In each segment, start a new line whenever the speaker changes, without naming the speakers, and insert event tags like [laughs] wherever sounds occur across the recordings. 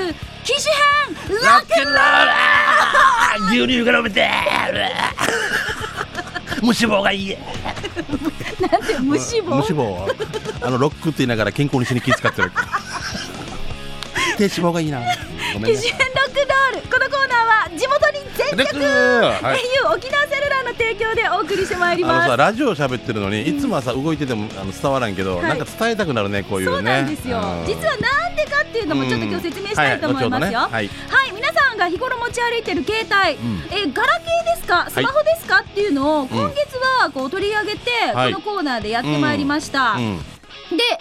事編ロックンロー
あ牛乳が飲め [laughs] て無脂肪がいい
ルなんて無脂
無脂
肪
肪あのロックって言いながら健康にしに気使ってる低脂肪がいいなごめん
基
ね
準ロックンロールこのコーナーは地元に全力ってい
全力はいう
沖縄セルラーの提供でお送りしてまいり
あの
ます
さラジオ喋ってるのにいつもはさ動いててもあの伝わらんけど、
はい
なんか伝えたくなるねこういうね
そうなんですよ、
うん
実はなんでかっていうのもちょっと今日説明したいと思いますよ、
うんはいはい後
はい皆さんが日頃持ち歩いてる携帯、
うん
えーガラケーですかスマホですかっていうのを今月はこう取り上げて、
はい
このコーナーでやってまいりました、
うん、
で、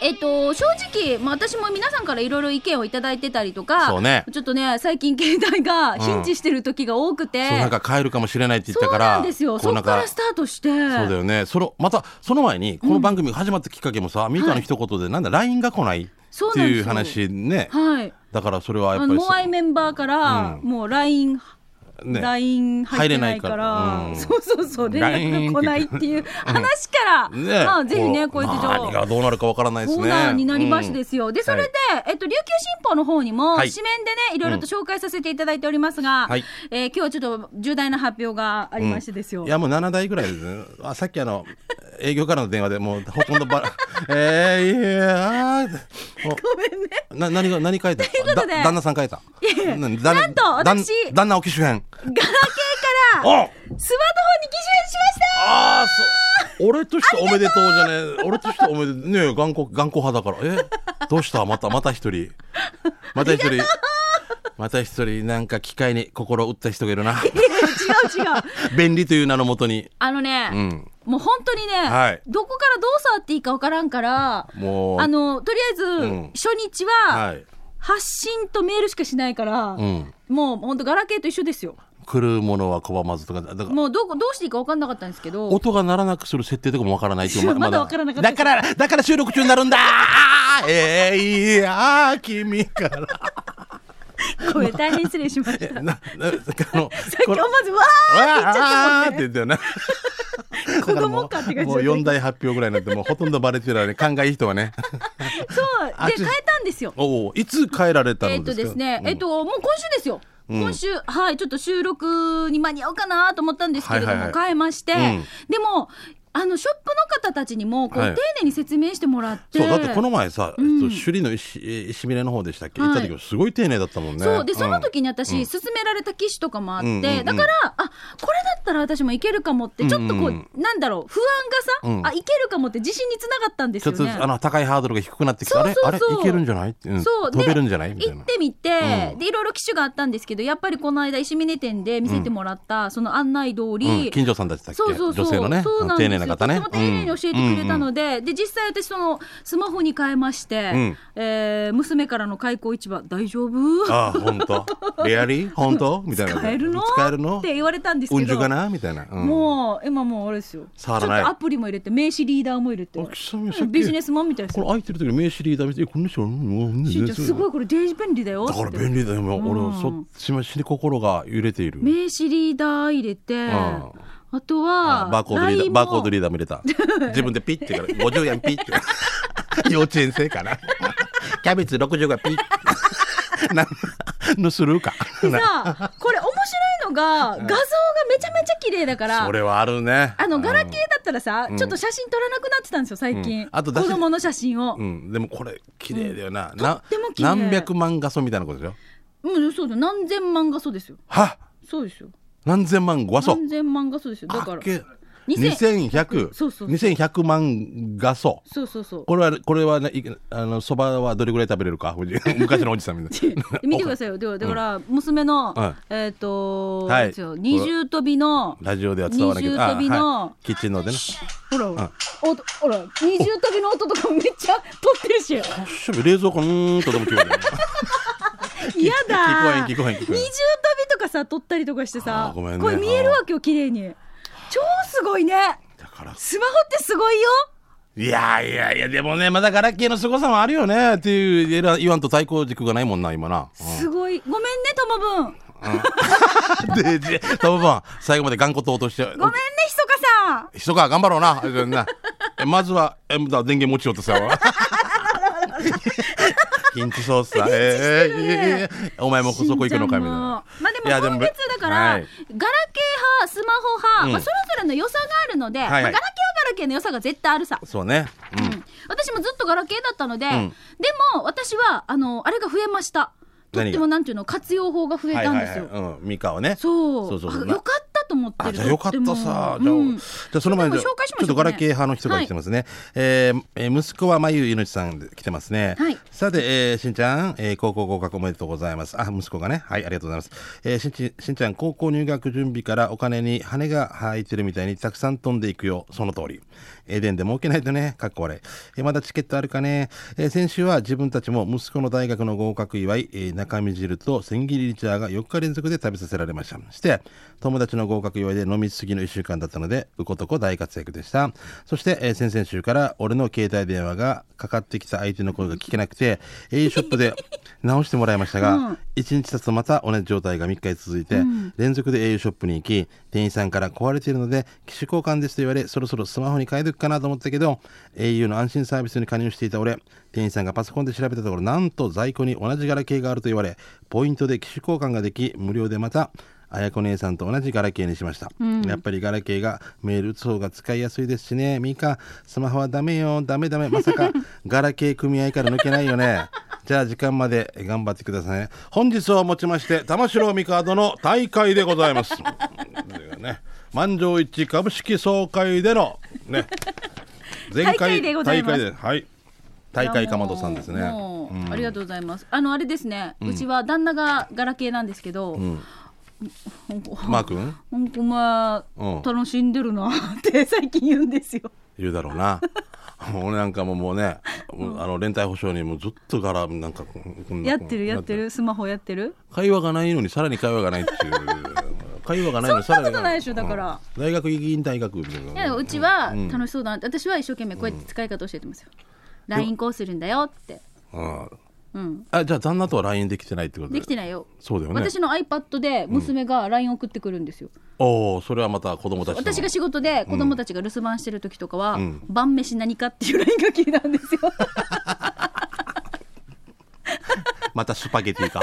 えっと、正直、まあ、私も皆さんからいろいろ意見をいただいてたりとか、
そうね
ちょっとね、最近携帯が
ん
ヒンチしてる時が多くて、
そうなんか変えるかもしれないって言っ
そ
た
う
から
なんですよ。
こう
そ
な
こ
んか
からスタートして。
そうだよねそのまたその前にこの番組が始まったきっかけもさ、ミカの一言でなんだ LINE が来ないっ
そう
て
なんです
い
よ
う話ね
はい。
だからそれはや
あ
っぱ
の、
り
モアイメンバーから、
うん
もう LINE、
ね
LINE 入ってないから
入れないからうん
そうそうそう、連
LINE
絡が来ないっていう話
[laughs]
から、
ね
まあ、ぜひね、こうやってじゃあ
何がどうなるかわからないです
コ
ね
ーナーになりまし
うん
ですよ、でそれで、えっと、琉球新報の方にも、
はい
紙面でねいろいろと紹介させていただいておりますが、
はい
えー今日はちょっと重大な発表がありましてですよ、
いやもう7台ぐらいですね。あさっきあの営業からの電話でもうほとんどばら [laughs] えー、いやーも
ごめんね
うな何が何変えた？と
いうことで
旦那さん変えた。なん
なんと私
旦那沖主編。
ガラケーから
お
スマー
あ
トフォンに機種変しました
あーそう。俺としておめでとうじゃねえ。俺としておめでねえ頑固頑固派だから。えどうしたまたまた一人また一人また一人なんか機械に心を打った人がいるな。 [laughs]
いや違う違う
便利という名のもとに。
あのね、
うん。
もう本当にね、
はい
どこからどう触っていいかわからんから
もう
あのとりあえず、
ん
初日は、
はい。
発信とメールしかしないから、
うん。
もう本当ガラケーと一緒ですよ
来るものは拒まずとか、だから、
もうどこどうしていいか分かんなかったんですけど
音が鳴らなくする設定とかもわからないっていう
そう [laughs] まだわからなかった
だから、だから収録中になるんだあーえー、いやー、君から。
これ大変失礼しました
な、な、あの、
[laughs] さっき
こ
思
の
わずわ
わーって言ったよな。
ー子供かって感じ
もう4大発表ぐらいになって、もうほとんどバレてるわね。勘がいい人はね。
そう
あ
で
ちょ
変えたんですよ
おお、いつ変えられた
え
の
っ
で
と
すか
ですね、
うん
えっともう今週ですよ、
うん
今週はいちょっと収録に間に合うかなと思ったんですけれども、
はいはいはい
変えまして、
うん
でもあのショップの方たちにもこう、
はい
丁寧に説明してもらって
そう、だってこの前さ、えっと
ん
首里の石、えー石見れの方でしたっけ
は
行
い
った時はすごい丁寧だったもんね。
そうで
ん
その時に私、勧められた機種とかもあって、
うんうんうん
だからあこれだったら私もいけるかもってちょっとこう、
うんうん
なんだろう不安がさ、
うん
あいけるかもって自信につながったんです
ちょ
よ
っ
ね。
とあの高いハードルが低くなってきて
そう
あ
そう
れ
そう
あれいけるんじゃない、うん、
そうで
飛べるんじゃないみたい
行
な
っ。てみて、
うん
でいろいろ機種があったんですけどやっぱりこの間石峰店で見せてもらった、その案内通り、
うん、近所さんたちだっけ
そうそうそう
女性のね
そうなんです
丁
よ
寧な方ね
とても丁寧に教えてくれたので、で実際私そのスマホに変えまして、
うん
えー娘からの開口市場大丈夫
うんああ本当レアリー本当みたいな
[laughs] 使えるの
使えるの
って言われたんです
う
け
んじゅ
ど、
かなみたいな、うん、
もう今もうあれですよちょ
触
っ
らない
とアプリも入れて名刺リーダーも入れて
あ貴様さっき
ビジネスマンみたいです
こ
よ
の空いてる時に名刺リーダー見てえこの人うん
しんちゃんすご
い
いこれデイジ便利だよ
だから便利だよ、もう俺はそっちま死に心が揺れている
名刺リーダー入れて、
ん
あと
あ
は
バーコードリーダ
LINE
ー
も
バーコードリーダーも入
[laughs]
れた自分でピッてから50円ピッて幼稚園生かなキャベツ60がピッてなのするか
でさこれ面白いのが画像がめちゃめちゃ綺麗だから
それはあるね
あのガラケーだったらさ、ちょっと写真撮らなくなってたんですよ最近、
うんあと
子
だし
供の写真を、
うん、でもこれ綺麗だよな、な
ても綺麗
何百万画素みたいなことですよ
うん、そうだ何千万画素ですよ
は
そうですよ
何千万画素
何千万画素ですよだから2000
2100
そうそう
2100万画素
そうそうそう
これはこれはねいあのそばはどれぐらい食べれるか昔のおじさんみたいな
見てくださいよではだから娘の、
はい
えっ、と、
はい
ですよ二重跳びの
ラジオでは伝わらないけど
二重跳びの
あはい、キッチンのでね
ほらほらおほら二重跳びの音とかもめっちゃ撮ってるし
しょび冷蔵庫うーんとでも聞こ
[laughs]
える
嫌だ
聞こえん聞こえん聞こえん
二重跳びとかさ撮ったりとかして
あ
さ
ーごめんね
これ見えるわけよ綺麗に超すごいね
だから
スマホってすごいよ
いやいやいやでもねまだガラケーの凄さもあるよねっていう言えら言わんと対抗軸がないもんな今な、
すごいごめんねともぶん
うん、ででトムバン最後まで頑固と落として
ごめんねひそかさん
ひそか頑張ろうな。あれ
[laughs]
だよなえまずは、え、だ電源持ちようとさ。ピンチソースだ。ええお前も
しんちゃ
そ
ん
こ
も
行くのかみたいな。い
ま
や
あで
で
も
も
今月だから、ガ
はい
ラケー派スマホ派、
うん
まあ、それぞれの良さがあるので、
いはい
まあガラケーはガラケーの良さが絶対あるさ、
そうね。
う
う。
んん私もずっとガラケーだったので、
ん
でも私はあのあれが増えましたとっ
何が
てもなんていうの活用法が増え
はい
たん
は
で
い
すよ、
はい。うん。ミカをね。
そう
そうそうそう
あよかったと思ってる
あ、じゃあよかったさ。じゃあ、
うん
じゃあその前に、
でも
じゃあ
紹介しましょう
ちょっとガラケー派の人が来てますね。えーえー息子はまゆいのちさんで来てますね。
はい
さて、えーしんちゃん、えー高校合格おめでとうございます。あ、息子がね。はい、ありがとうございます。えーしんちしんちゃん、高校入学準備からお金に羽が生えてるみたいにたくさん飛んでいくよ。その通り。エデンで儲けないとね。かっこ悪い。えーまだチケットあるかね。えー先週は自分たちも息子の大学の合格祝い、えー中身汁と千切りリチャーが4日連続で食べさせられました。して、友達の合格祝いで飲みすぎの1週間だったので、うことこ大活躍でした。そして、えー先々週から俺の携帯電話がかかってきた相手の声が聞けなくて、A ショップで直してもらいましたが、1日経つとまた同じ状態が3日続いて、連続で au ショップに行き店員さんから壊れているので機種交換ですと言われそろそろスマホに変えとくかなと思ったけど au の安心サービスに加入していた俺店員さんがパソコンで調べたところなんと在庫に同じガラケーがあると言われポイントで機種交換ができ無料でまた綾子姉さんと同じガラケーにしました、やっぱりガラケーがメール打つ方が使いやすいですしねミカスマホはダメよダメダメま
[laughs]
さかガラケー組合から抜けないよねじゃあ時間まで頑張ってくださいね本日をもちまして玉城ミカ殿大会でございますというね満場一致株式総会でのね
[laughs] 大会でございます
大会ではい大会かまどさんですね
いやもうもうありがとうございます。あのあれですね、うちは旦那がガラケーなんですけど、
マ
なんか
ー君
お前、
うん
楽しんでるなって最近言うんですよ。
言うだろうな俺なんかももうね、もうあの連帯保証にもうずっと柄なんかこんこんな
やってるやってるスマホやってる。
会話がないのにさらに会話がないっていう会話がないのにさ
そんな
らに
ことないでしょだから
うん大学議員大学みたい
い
な
やうちは楽しそうだなって、私は一生懸命こうやって使い方教えてますよ。ラインこうするんだよって。
うん
うん。
あじゃあ旦那とは LINE できてないってこと
できてないよ。
そうだよね
私の iPad で娘が LINE 送ってくるんですよ、
おおそれはまた子供たちとの
私が仕事で子供たちが留守番してる時とかは、
ん
晩飯何かっていう LINE が来たんですよ
[laughs] またスパゲティか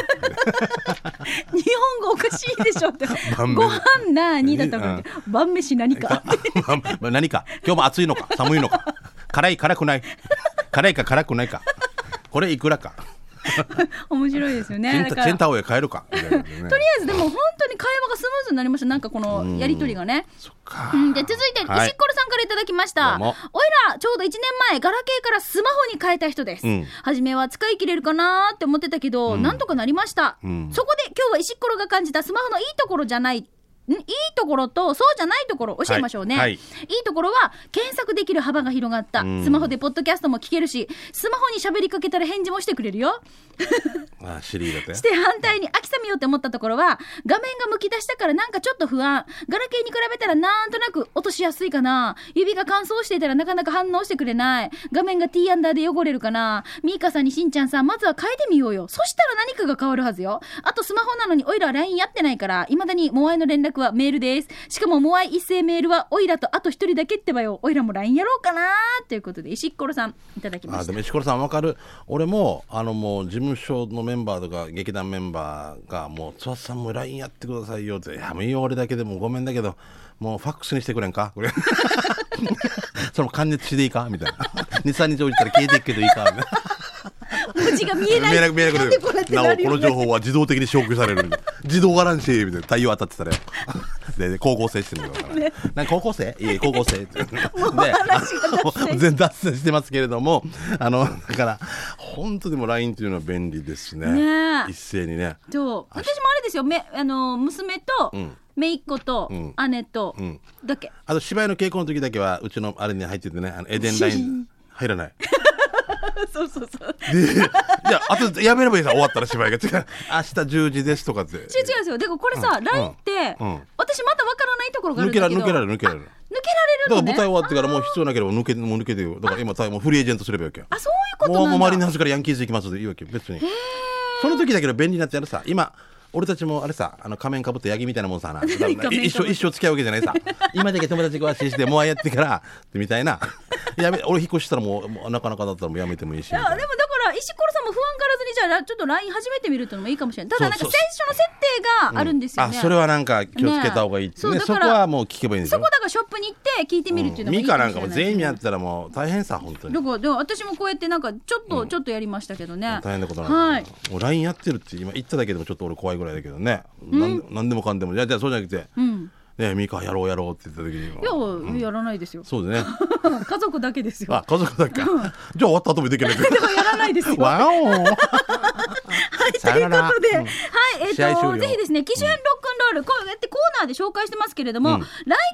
[laughs]
日本語おかしいでしょって
晩飯
ご飯なーにだったのに晩飯何か
まま何か今日も暑いのか寒いのか辛い辛くない辛いか辛くないかこれいくらか
面白いですよ
チェ
ね
ン
だ
タ
か
チェ
ら
ン
とり
タオへ帰るかみたいな
あ
ね
えずでも本当に会話がスムーズになりましたなんかこのやり取りがね
そっか
うん、で続いて、
はい
石ころさんからいただきまし
ど
た
うも
おいらちょうど1年前ガラケーからスマホに変えた人です、
うん
初めは使い切れるかなーって思ってたけど、なんとかなりました、
うん
そこで今日は石ころが感じたスマホのいいところじゃないんいいところとそうじゃないところ教えましょうね、
はい
い
はい
いところは検索できる幅が広がった、
うん
スマホでポッドキャストも聞けるしスマホに喋りかけたら返事もしてくれるよ
あシリーだって
して反対に秋雨よって思ったところは画面がむき出したからなんかちょっと不安ガラケーに比べたらなんとなく落としやすいかな指が乾燥していたらなかなか反応してくれない画面が T アンダーで汚れるかなミーカさんにしんちゃんさんまずは変えてみようよそしたら何かが変わるはずよあとスマホなのにオイラは LINE やってないからいまだにモアイの連絡はメールですしかもモアイ一斉メールはオイラとあと一人だけってばよオイラも LINE やろうかなということで石ころさんいただきま
あ
し
で
た
も石ころさんわかる俺もあのもう事務所のメンバーとか劇団メンバーがもう「つわさんも LINE やってくださいよ」って「いやもういいよ俺だけでもごめんだけどもうファックスにしてくれんか?」これ [laughs] その感熱しでいいか?」みたいな [laughs] 「23日置いたら消えていくけどいいか?」みたいな。
[laughs] 文字が見えない
見えなく見えな
なんでこれっ
く
て
な
なる
おこ
よ
の
ね
情報は自動的に消去され
[laughs]
るんで自動ガランシーみたいな太陽当たってたらよでで高校生してるのから、なんか高校生いえ高
[laughs]
校生ってで [laughs] 全然脱線してますけれどもあのだから本当でも LINE っていうのは便利ですしね
ねえ
一斉にね
そう私もあれですよめあの娘と、
ん
姪っ子と、
う
姉と、
ん
だ
[laughs]
け
あと芝居の稽古の時だけはうちのあれに入っててねあのエデン LINE 入らない
そうそうそう
でいやあとやめればいいさ終わったら芝居が違う明日10時ですとかって
違う違うんですよでもこれさ
うん
LINE、って、
うん
私またわからないところがある
抜
ん
け
だけ
られ
ど
抜けられる抜けられる
あ抜けられる
だから
の、
舞
ね、
台終わってからもう必要なければ抜けもう抜けてよだから今もうフリーエージェントすればいいわけよ
あそういうこと
も
な
うもうん周りの
だ
端からヤンキーズ行きますでいいわけよ別にその時だけど便利になってやるさ今俺たちもあれさあの仮面かぶってヤギみたいなもんさなだから
[laughs] 仮面かぶって
い一生一生付き合うわけじゃないさ今だけ友達がわししてもうやってからみたいなやめ俺引っ越したらもうもうなかなかだったらもうやめてもいいしみたい
あ
な
でもだかから石ころさんも不安からずにじゃあらちょっと LINE 始めてみるっていうのもいいかもしれないただなんか
そ
最
うそう
初の設定があるんですよね、
あそれはなんか気をつけた方がいいってね
ねそう
そ
だ
こ
から
はもう聞けばいいんです
そ
よ
こだからショップに行って聞いてみるっていうのもい
ミ
いか
カ
もしれ
な
なんい
かも
ですね
全員やったらもう大変さ本当に
だからでも私もこうやってなんかちょっと、ちょっとやりましたけどね
大変なことなんだ
はい
もう LINE やってるって今言っただけでもちょっと俺怖いぐらいだけどねなん何でもかんでもいやじゃあそうじゃなくて
うん
「ねミカやろうやろう」って言った時に
いや、やらないですよ
そうだね
[laughs] 家族だけですよ
あ家族だっけじゃあ終わった後も
[laughs]
できないけど
でもやらないですよ
わお
はい、と
さ
い
よ
う
なら
ことで、
うん
はい、えっ、
試合終
と、
了
ぜひですね、機種編ロックンロール、こうやってコーナーで紹介してますけれども、
うん
来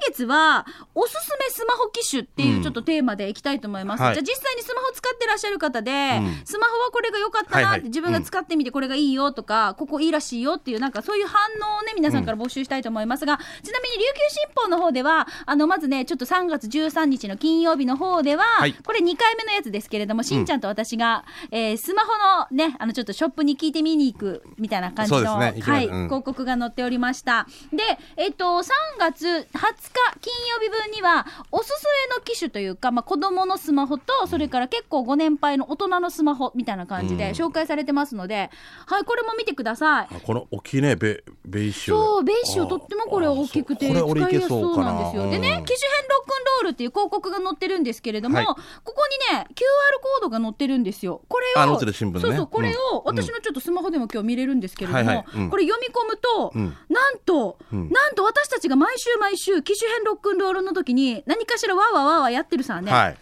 月は、おすすめスマホ機種っていううんちょっとテーマでいきたいと思います。
はい
じゃあ実際にスマホ使ってらっしゃる方で、
ん
スマホはこれが良かったなっ
は
て、
いはい
自分が使ってみてこれがいいよとか、ここいいらしいよっていう、なんかそういう反応をね、皆さんから募集したいと思いますが、ちなみに琉球新報の方では、あの、まずね、ちょっと3月13日の金曜日の方では、
い
これ2回目のやつですけれども、しんちゃんと私が、えースマホのね、あの、ちょっとショップに聞いてみに行くみたいな感じの、
そうですね行きま
はい、
すうん
広告が載っておりました。で、えっ、と、3月20日金曜日分には、おすすめの機種というか、まあ、子供のスマホと、それから結構ご年配の大人のスマホみたいな感じで紹介されてますので、はい、これも見てください。
あこの大きいねベベイシュ
そう、ベイシューとってもこれ大きくて
あ
使
あそうこれ
い
俺い
や
け
す
そ
そうう
か
な
なん
ですよ。でね、
うん
機種編ロックンロールっていう広告が載ってるんですけれども、
はい
ここにね、QR コードが載ってるんですよ。これを、
あ載ってる新聞ね
そうそう、これを、
うん
私のちょっとスマホでも今日見れるんですけれども、
はいはいうん
これ読み込むと、
うん
なんと、
うん
なんと私たちが毎週毎週、機種編ロックンロールの時に、何かしらわーわーわーわーやってるさね、
はい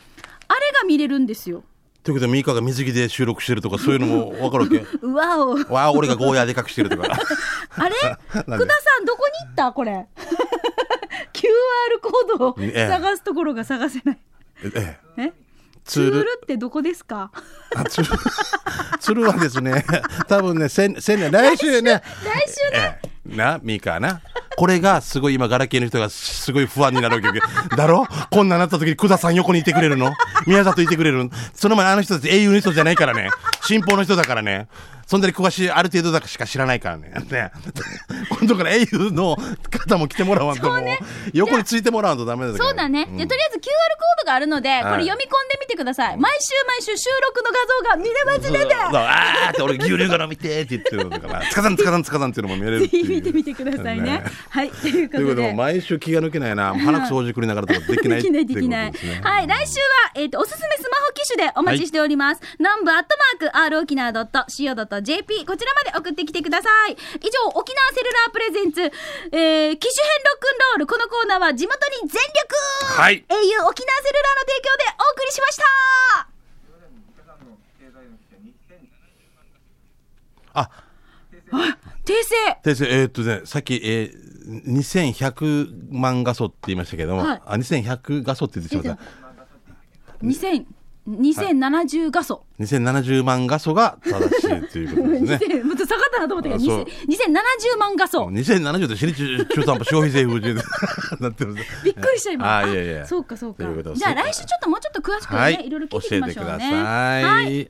あれが見れるんですよ。
ということでミカが水着で収録してるとかそういうのも分かるわ
[laughs]
け
うわお。
わあ俺がゴーヤーで隠してるとか [laughs]
あれ
な
福田
んで
さんどこに行ったこれ [laughs] QR コードを
ええ
探すところが探せない
ええ
えツ
ツー
ー
ル
ルってどこですか
あつる [laughs] つるはですね多分ねせんせんね来週
来
ね
週
ええなミカなこれがすごい今ガラケーの人がすごい不安になるわけよだろこんなんなった時に久田さん横にいてくれるの宮里いてくれるのその前あの人たち英雄の人じゃないからね新報の人だからねそんなに詳しいある程度だかしか知らないからねね今度から英雄の方も来てもらわんともう横についてもらわんとダメだけ
[laughs]
ど
そうだね、じゃあとりあえず QR コードがあるので、これ読み込んでみてください毎週毎週収録の画像が見れます
[laughs] そう
ので
そうあーって俺牛乳が飲みてーって言ってるのだからつかさんつかさんつかさんっていうのも見れるっ
ぜ
て
ひ
い
見
う
てみてくださいね
[laughs] ね
はいということと
いう
で
ことでもう毎週気が抜けないな鼻くそほじくりながらとかできな
で
い
きないできない
ってうことですね
はい来週は、えー、とおすすめスマホ機種でお待ちしております、南部アットマーク r 沖縄 .co.jp こちらまで送ってきてください以上沖縄セルラープレゼンツ、えー機種編ロックンロールこのコーナーは地元に全力、
はい
英雄沖縄セルラーの提供でお送りしました
あ
訂正
先生えーっとねさっき、えー、2100万画素って言いましたけども、
はい
あ2100画素って言ってしまった
2000 2070画素、
2070万画素が正しいということ
[laughs]
ですね
2000また下がったなと思ったけど
あそう
2000 2070万画素
2070って私立中途半端消費税不自由 [laughs] なってます
[laughs] びっくりした今
あいやいや
そうかそうか
ということで
じゃあ来週ちょっともうちょっと詳しくね、
はい
いろいろ聞
教
いてい
え
きま
て
しょ
く
うね
ださい、
はい